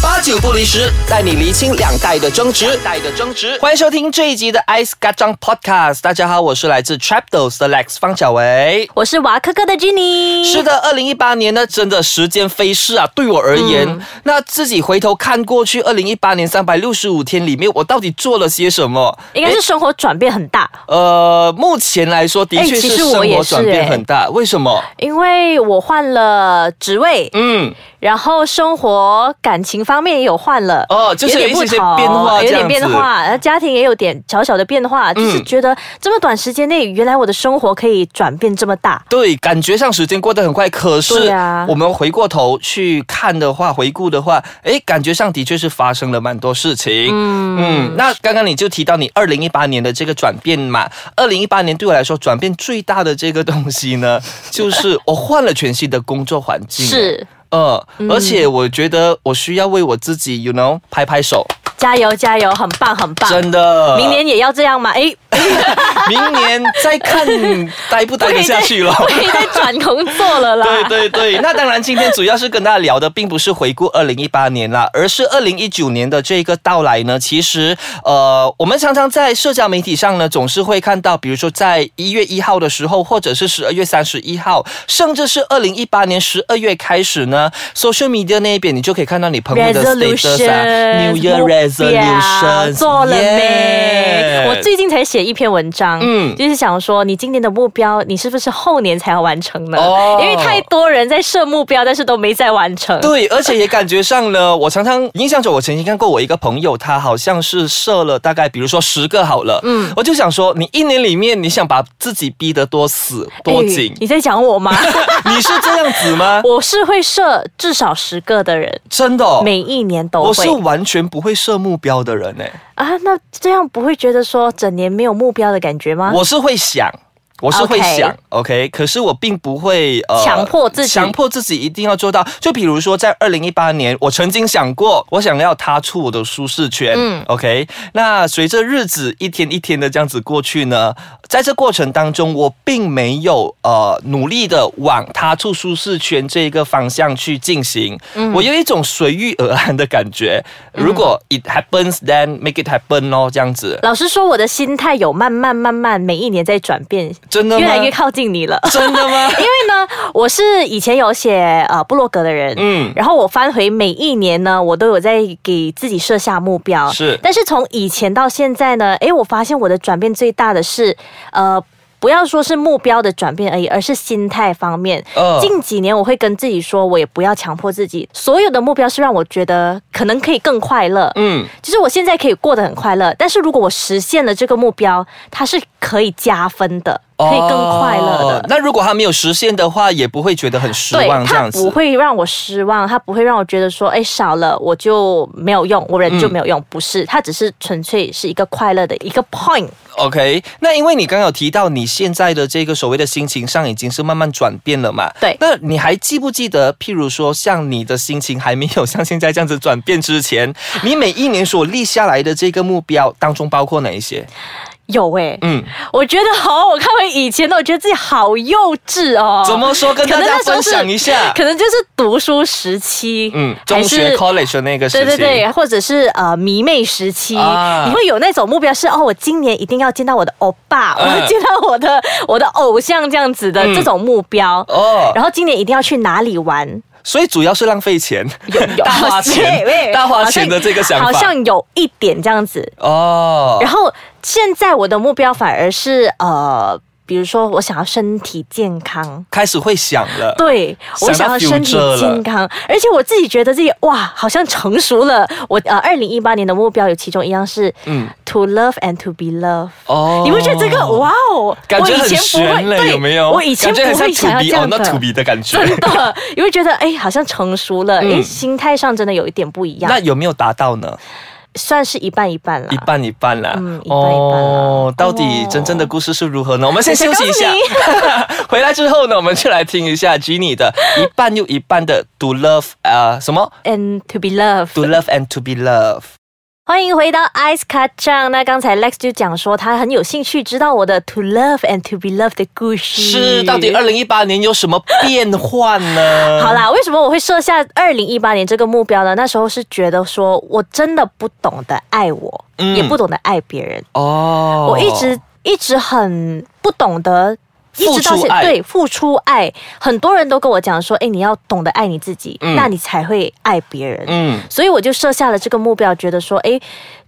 八九不离十，带你厘清两代的争执。代的争执。欢迎收听这一集的 Ice g a j a n Podcast。大家好，我是来自 Trapdos 的 Lex 方小维。我是娃科科的 Jenny。是的，二零一八年呢，真的时间飞逝啊。对我而言，那自己回头看过去，二零一八年三百六十五天里面，我到底做了些什么？应该是生活转变很大，呃，目前来说的哎确其是实生我也活是转变哎很大。为什么？因为我换了职位，嗯，然后生活感情方面也有换了，哦就是有点有不一些同，变化有这样点变子嗯化，然后家庭也有点小小的变化，就是觉得这么短时间内，原来我的生活可以转变这么大。对，感觉上时间过得很快，可是对啊我们回过头去看的话，回顾的话，诶，感觉上的确是发生了蛮多事情。嗯那刚刚你就提到你二零一八年的这个转变嘛，二零一八年对我来说转变最大的这个东西呢，就是我换了全新的工作环境。。是，呃，而且我觉得我需要为我自己，you know，拍拍手，加油加油，很棒很棒。真的。明年也要这样吗？哎， 明年再 看待不待得下去了。可以再转工作了啦。对对对， 那当然，今天主要是跟大家聊的，并不是回顾二零一八年啦，而是二零一九年的这个到来呢。其实，呃，我们常常在社交媒体上呢，总是会看到，比如说在一月一号的时候，或者是十二月三十一号，甚至是二零一八年十二月开始呢，social media 那一边你就可以看到你朋友的 status 啊 resolution， ，New Year 目标啊 resolution 做了没 Yeah 我最近才写一篇文章，嗯就是想说你今年的目标，你是不是后年才要完成呢？哦因为太多人在设目标，但是都没在完成。对，而且也感觉上呢，我常常印象中，我曾经看过我一个朋友，他好像是设了大概，比如说十个好了，嗯，我就想说，你一年里面你想把自己逼得多死多紧哎，你在讲我吗？ 你是这样子吗？我是会设至少十个的人，真的、哦，每一年都我是会完全不会设目标的人哎，啊。那这样不会觉得说整年没有目标的感觉吗？我是会想。我是会啊 OK 想 OK，可是我并不会呃强迫自己强迫自己一定要做到。就比如说，在二零一八年，我曾经想过，我想要踏出我的舒适圈。嗯，OK。那随着日子一天一天的这样子过去呢，在这过程当中，我并没有呃努力的往踏出舒适圈这一个方向去进行。嗯我有一种随遇而安的感觉。如果 it happens，then make it happen 咯，这样子。老实说，我的心态有慢慢慢慢每一年在转变，真的吗？越来越靠近你了。真的吗？因为呢，我是以前有写呃部落格的人，嗯然后我翻回每一年呢，我都有在给自己设下目标，是但是从以前到现在呢，诶，我发现我的转变最大的是，呃。不要说是目标的转变而已，而是心态方面。嗯近几年我会跟自己说，我也不要强迫自己，所有的目标是让我觉得可能可以更快乐。嗯，就是我现在可以过得很快乐，但是如果我实现了这个目标，它是可以加分的，可以更快乐的。哦那如果他没有实现的话，也不会觉得很失对，望，这它样子不。会让我失望，它不会让我觉得说，哎，少了我就没有用，我嗯人就没有用，不是，它只是纯粹是一个快乐的一个 point。 OK，那因为你刚刚有提到你现在的这个所谓的心情上已经是慢慢转变了嘛？对那你还记不记得，譬如说像你的心情还没有像现在这样子转变之 前，你每一年所立下来的这个目标当中包括哪一些？有哎、嗯，我觉得好，我看回以前的，我觉得自己好幼稚哦。怎么说？跟可大能家那时候分是享一下。可能就是读书时期，嗯，中还学是 college 的那个时期。对对对，或者是呃迷妹时期，啊你会有那种目标是哦，我今年一定要见到我的欧巴，嗯我要见到我的我的偶像这样子的、嗯这种目标。哦，然后今年一定要去哪里 玩？所以主要是浪费钱，有大花喂喂钱，大花钱的这个想法。好像好像有一点这样子。哦，然后现在我的目标反而是呃，比如说我想要身体健康，开始会想了。对我呃想想到要身体 future 了健康，而且我自己觉得自己哇，好像成熟了。我呃，二零一八年的目标有其中一样是，嗯嗯，to love and to be loved。哦你会觉得这个哇哦，感觉我以很前不会悬嘞，对有没有？我以前感觉很不会想要这像哦样 to be or not to 的。 be 的感觉。真的， 你会觉得哎，好像成熟了，嗯哎，心态上真的有一点不一样那，有没有达到呢？算是一半一半啦。一半一半啦。啊嗯一半一半啦哦，到底哦真正的故事是如何呢？我们先休等下息一 下 告。回来之后呢，我们就来听一下 Jenny 的一半又一半的 To Love 啊、呃什么 and to be loved。 To Love and To Be Love。欢迎回到 Ice c a t 那刚才 Lex 就讲说他很有兴趣知道我的 To Love and To Be Loved 的故事。是，到底二零一八年有什么变换呢？好啦，为什么我会设下二零一八年这个目标呢？那时候是觉得说我真的不懂得爱我，嗯也不懂得爱别人，哦，我一直一直很不懂得。一直到付出现爱对付出爱，很多人都跟我讲说，哎，你要懂得爱你自己，那你才会爱别人。嗯所以我就设下了这个目标，觉得说，哎，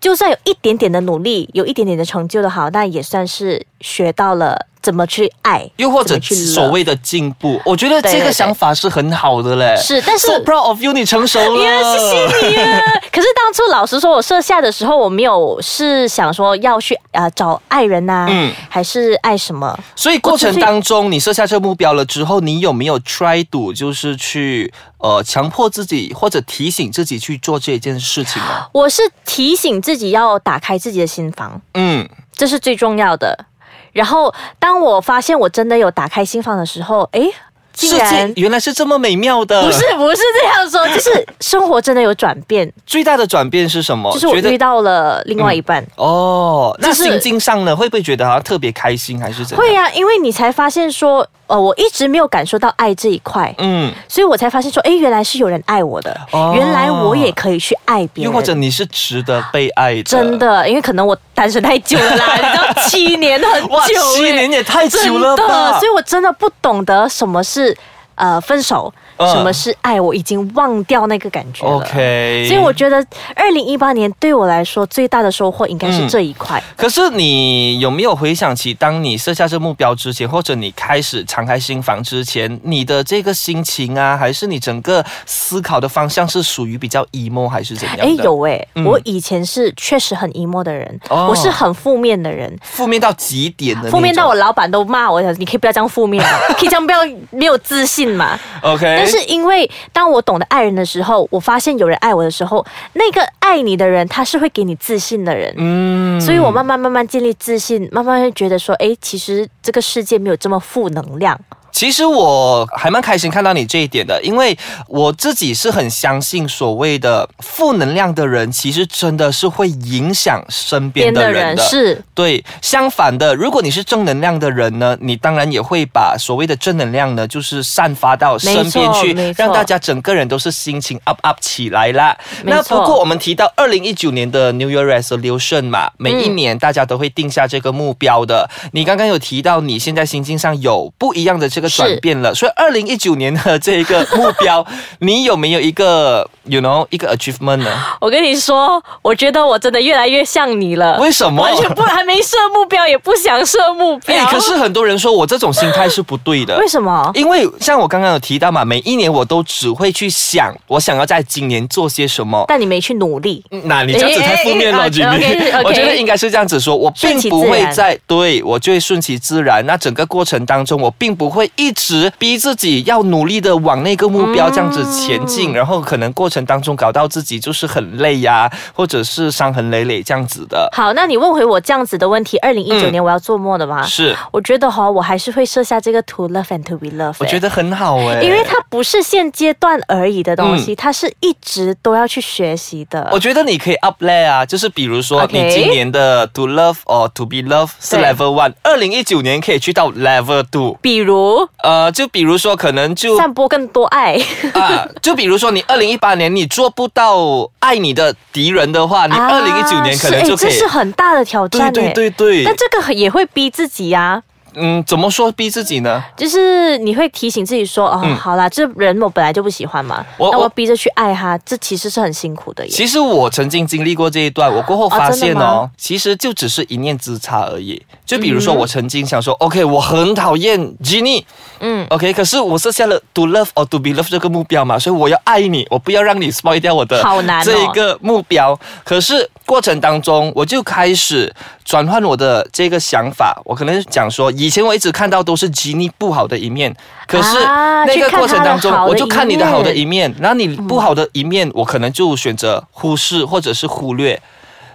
就算有一点点的努力，有一点点的成就的好，那也算是学到了怎么去爱，又或者怎么去 love 所谓的进步，我觉得这对个对想法是很好的嘞。是但是 so proud of you，你成熟了。哎呀，谢谢你 啊！可是当初老实说，我设下的时候，我没有是想说要去啊、呃找爱人呐、嗯还是爱什么？所以过程当中，你设下这个目标了之后，你有没有 try to 就是去呃强迫自己或者提醒自己去做这件事情啊呢？我是提醒自己要打开自己的心房，嗯，这是最重要的。然后，当我发现我真的有打开心房的时候，诶，竟世界然原来是这么美妙的。不是不是这样说，就是生活真的有转变，最大的转变是什么？就是我哦觉得遇到了另外一半。哦，那就是心境上呢，会不会觉得好像特别开心还是怎样？会呀、因为你才发现说，呃，我一直没有感受到爱这一块，嗯，所以我才发现说，哎，原来是有人爱我的，哦原来我也可以去爱别又人。或者呃你是值得被爱的，真的，因为可能我单身太久了啦，你知道七年很久、哇，欸，七年也太久了真的吧所以？我真的不懂得什么是呃分手，嗯什么是爱，我已经忘掉那个感觉了。 OK，所以我觉得，二零一八年对我来说最大的收获应该嗯是这一块。可是你有没有回想起，当你设下这目标之前，或者你开始敞开心房之前，你的这个心情啊，还是你整个思考的方向是属于比较 emo 还是怎样的？哎、有哎、嗯我以前是确实很 emo 的人，哦我是很负面的人，负面到极点的那种，负面到我老板都骂我，你可以不要这样负面 嘛，可以这样不要没有自信嘛。 OK，但是因为当我懂得爱人的时候，我发现有人爱我的时候，那个爱你的人他是会给你自信的人，嗯所以我慢慢慢慢建立自信，慢慢会觉得说，哎，其实这个世界没有这么负能量。其实我还蛮开心看到你这一点的，因为我自己是很相信所谓的负能量的人，其实真的是会影响身边的人的。是对，相反的，如果你是正能量的人呢，你当然也会把所谓的正能量呢，就是散发到身边去没错没，错让大家整个人都是心情 up up 起来啦。嗯没错那不过我们提到二零一九年的 New Year Resolution 嘛，每一年大家都会定下这个目标的。你刚刚有提到你现在心境上有不一样的这个转变了，所以二零一九年的这个目标，你有没有一个 you know 一个 achievement 呢？我跟你说，我觉得我真的越来越像你了。为什么完全不还没设目标，也不想设目哎、标。可是很多人说我这种心态是不对的。为什么？因为像我刚刚有提到嘛，每一年我都只会去想我想要在今年做些什么。但你没去努力。那你这样子太负面了，哎吉哎哎米。 OK，OK 我觉得应该是这样子说，我并顺其自不然会在对我就会顺其自然。那整个过程当中，我并不会一直逼自己要努力的往那个目标这样子前嗯进，然后可能过程当中搞到自己就是很累呀、或者是伤痕累累这样子的。好，那你问回我这样子的问题，二零一九嗯年我要做梦的吗？是，我觉得哈，我还是会设下这个 to love and to be loved 欸。我觉得很好哎、嗯因为它不是现阶段而已的东西，它是一直都要去学习的。我觉得你可以 up l e 啊，就是比如说 OK 你今年的 to love or to be love 是对 level one，二零一九年可以去到 level two。比如呃，就比如说可能就散播更多爱， 啊，就比如说你二零一八年你做不到爱你的敌人的话，你二零一九年可能啊是就哎可这以是。很大的挑战对欸对对对但，这个也会逼自己呀、嗯，怎么说逼自己呢？就是你会提醒自己说，哦，嗯好啦，这人我本来就不喜欢嘛，我那我我逼着去爱他，这其实是很辛苦的耶。其实我曾经经历过这一段，我过后发现啊真的哦吗，其实就只是一念之差而已。就比如嗯说，我曾经想说、o k 我很讨厌 Jenny，嗯嗯，OK，可是我设下了 to love or to be love 这个目标嘛，所以我要爱你，我不要让你 spoil 掉我的好难哦这一个目标。可是过程当中，我就开始转换我的这个想法，我可能讲说，以前我一直看到都是 Jenny 不好的一面，可是啊那个去看过程她的当中，好的我就看你的一面嗯好的一面，然后你不好的一面，我可能就选择忽视或者是忽略。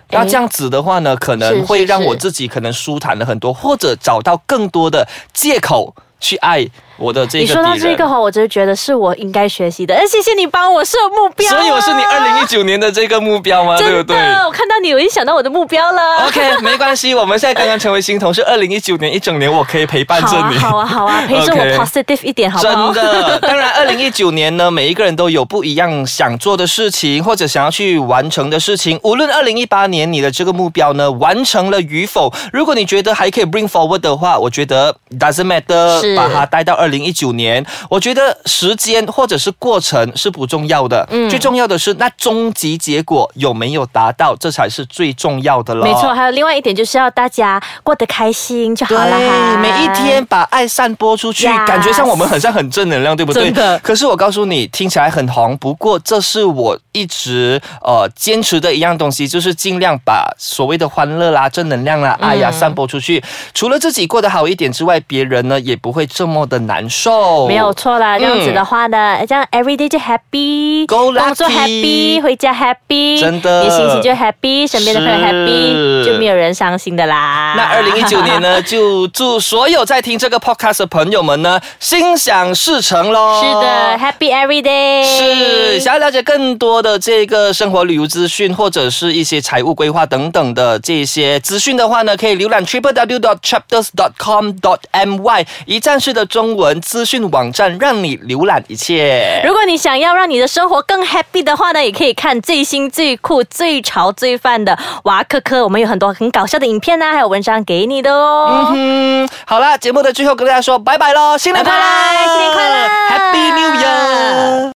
那这样子的话呢，可是能是会让是我自己可能舒坦了很多，或者找到更多的借口去爱我的这个你敌说人。到这个话，我真的觉得是我应该学习的。哎，谢谢你帮我设目标、啊所以我是你二零一九年的这个目标吗？对不哦真对？的，啊我看到你，我一想到我的目标了。 OK，没关系，我们现在刚刚成为新同事，二零一九年一整年我可以陪伴着好啊你。，好啊，好 啊，陪着我 OK positive 一点，好不好？真的，当 然，二零一九年呢，每一个人都有不一样想做的事情，或者想要去完成的事情。无论二零一八年你的这个目标呢完成了与否，如果你觉得还可以 bring forward 的话，我觉得 doesn't 是 matter，把它带到二零一九年。我觉得时间或者是过程是不重要的，嗯最重要的是那终极结果有没有达到，这才是最重要的了。没错，还有另外一点就是要大家过得开心就好了哈。每一天把爱散播出去 Yes 感觉上我们很像很正能量，对不对？真的可是我告诉你，听起来很红，不过这是我一直呃坚持的一样东西，就是尽量把所谓的欢乐啦、正能量啦、嗯爱呀、散播出去。除了自己过得好一点之外，别人呢也不会这么的难受。没有。错啦，这样子的话呢，这样 every day 就 happy，嗯 Go lucky 工作 happy，回家 happy，真的你心情就 happy，身边的朋友 happy，是就没有人伤心的啦。那二零一九年呢，就祝所有在听这个 podcast 的朋友们呢，心想事成喽！ 是的，happy every day。哦是，想要了解更多的这个生活旅游资讯，或者是一些财务规划等等的这些资讯的话呢，可以浏览 triple w dot chapters dot com dot my 一站式的中文资讯网站，让你浏览一切。如果你想要让你的生活更 happy 的话呢，也可以看最新、最酷、最潮、最范的娃科科，我们有很多很搞笑的影片啊，还有文章给你的哦。嗯，好啦，节目的最后跟大家说拜拜喽，新年快乐，拜拜新年快乐，Happy New Year。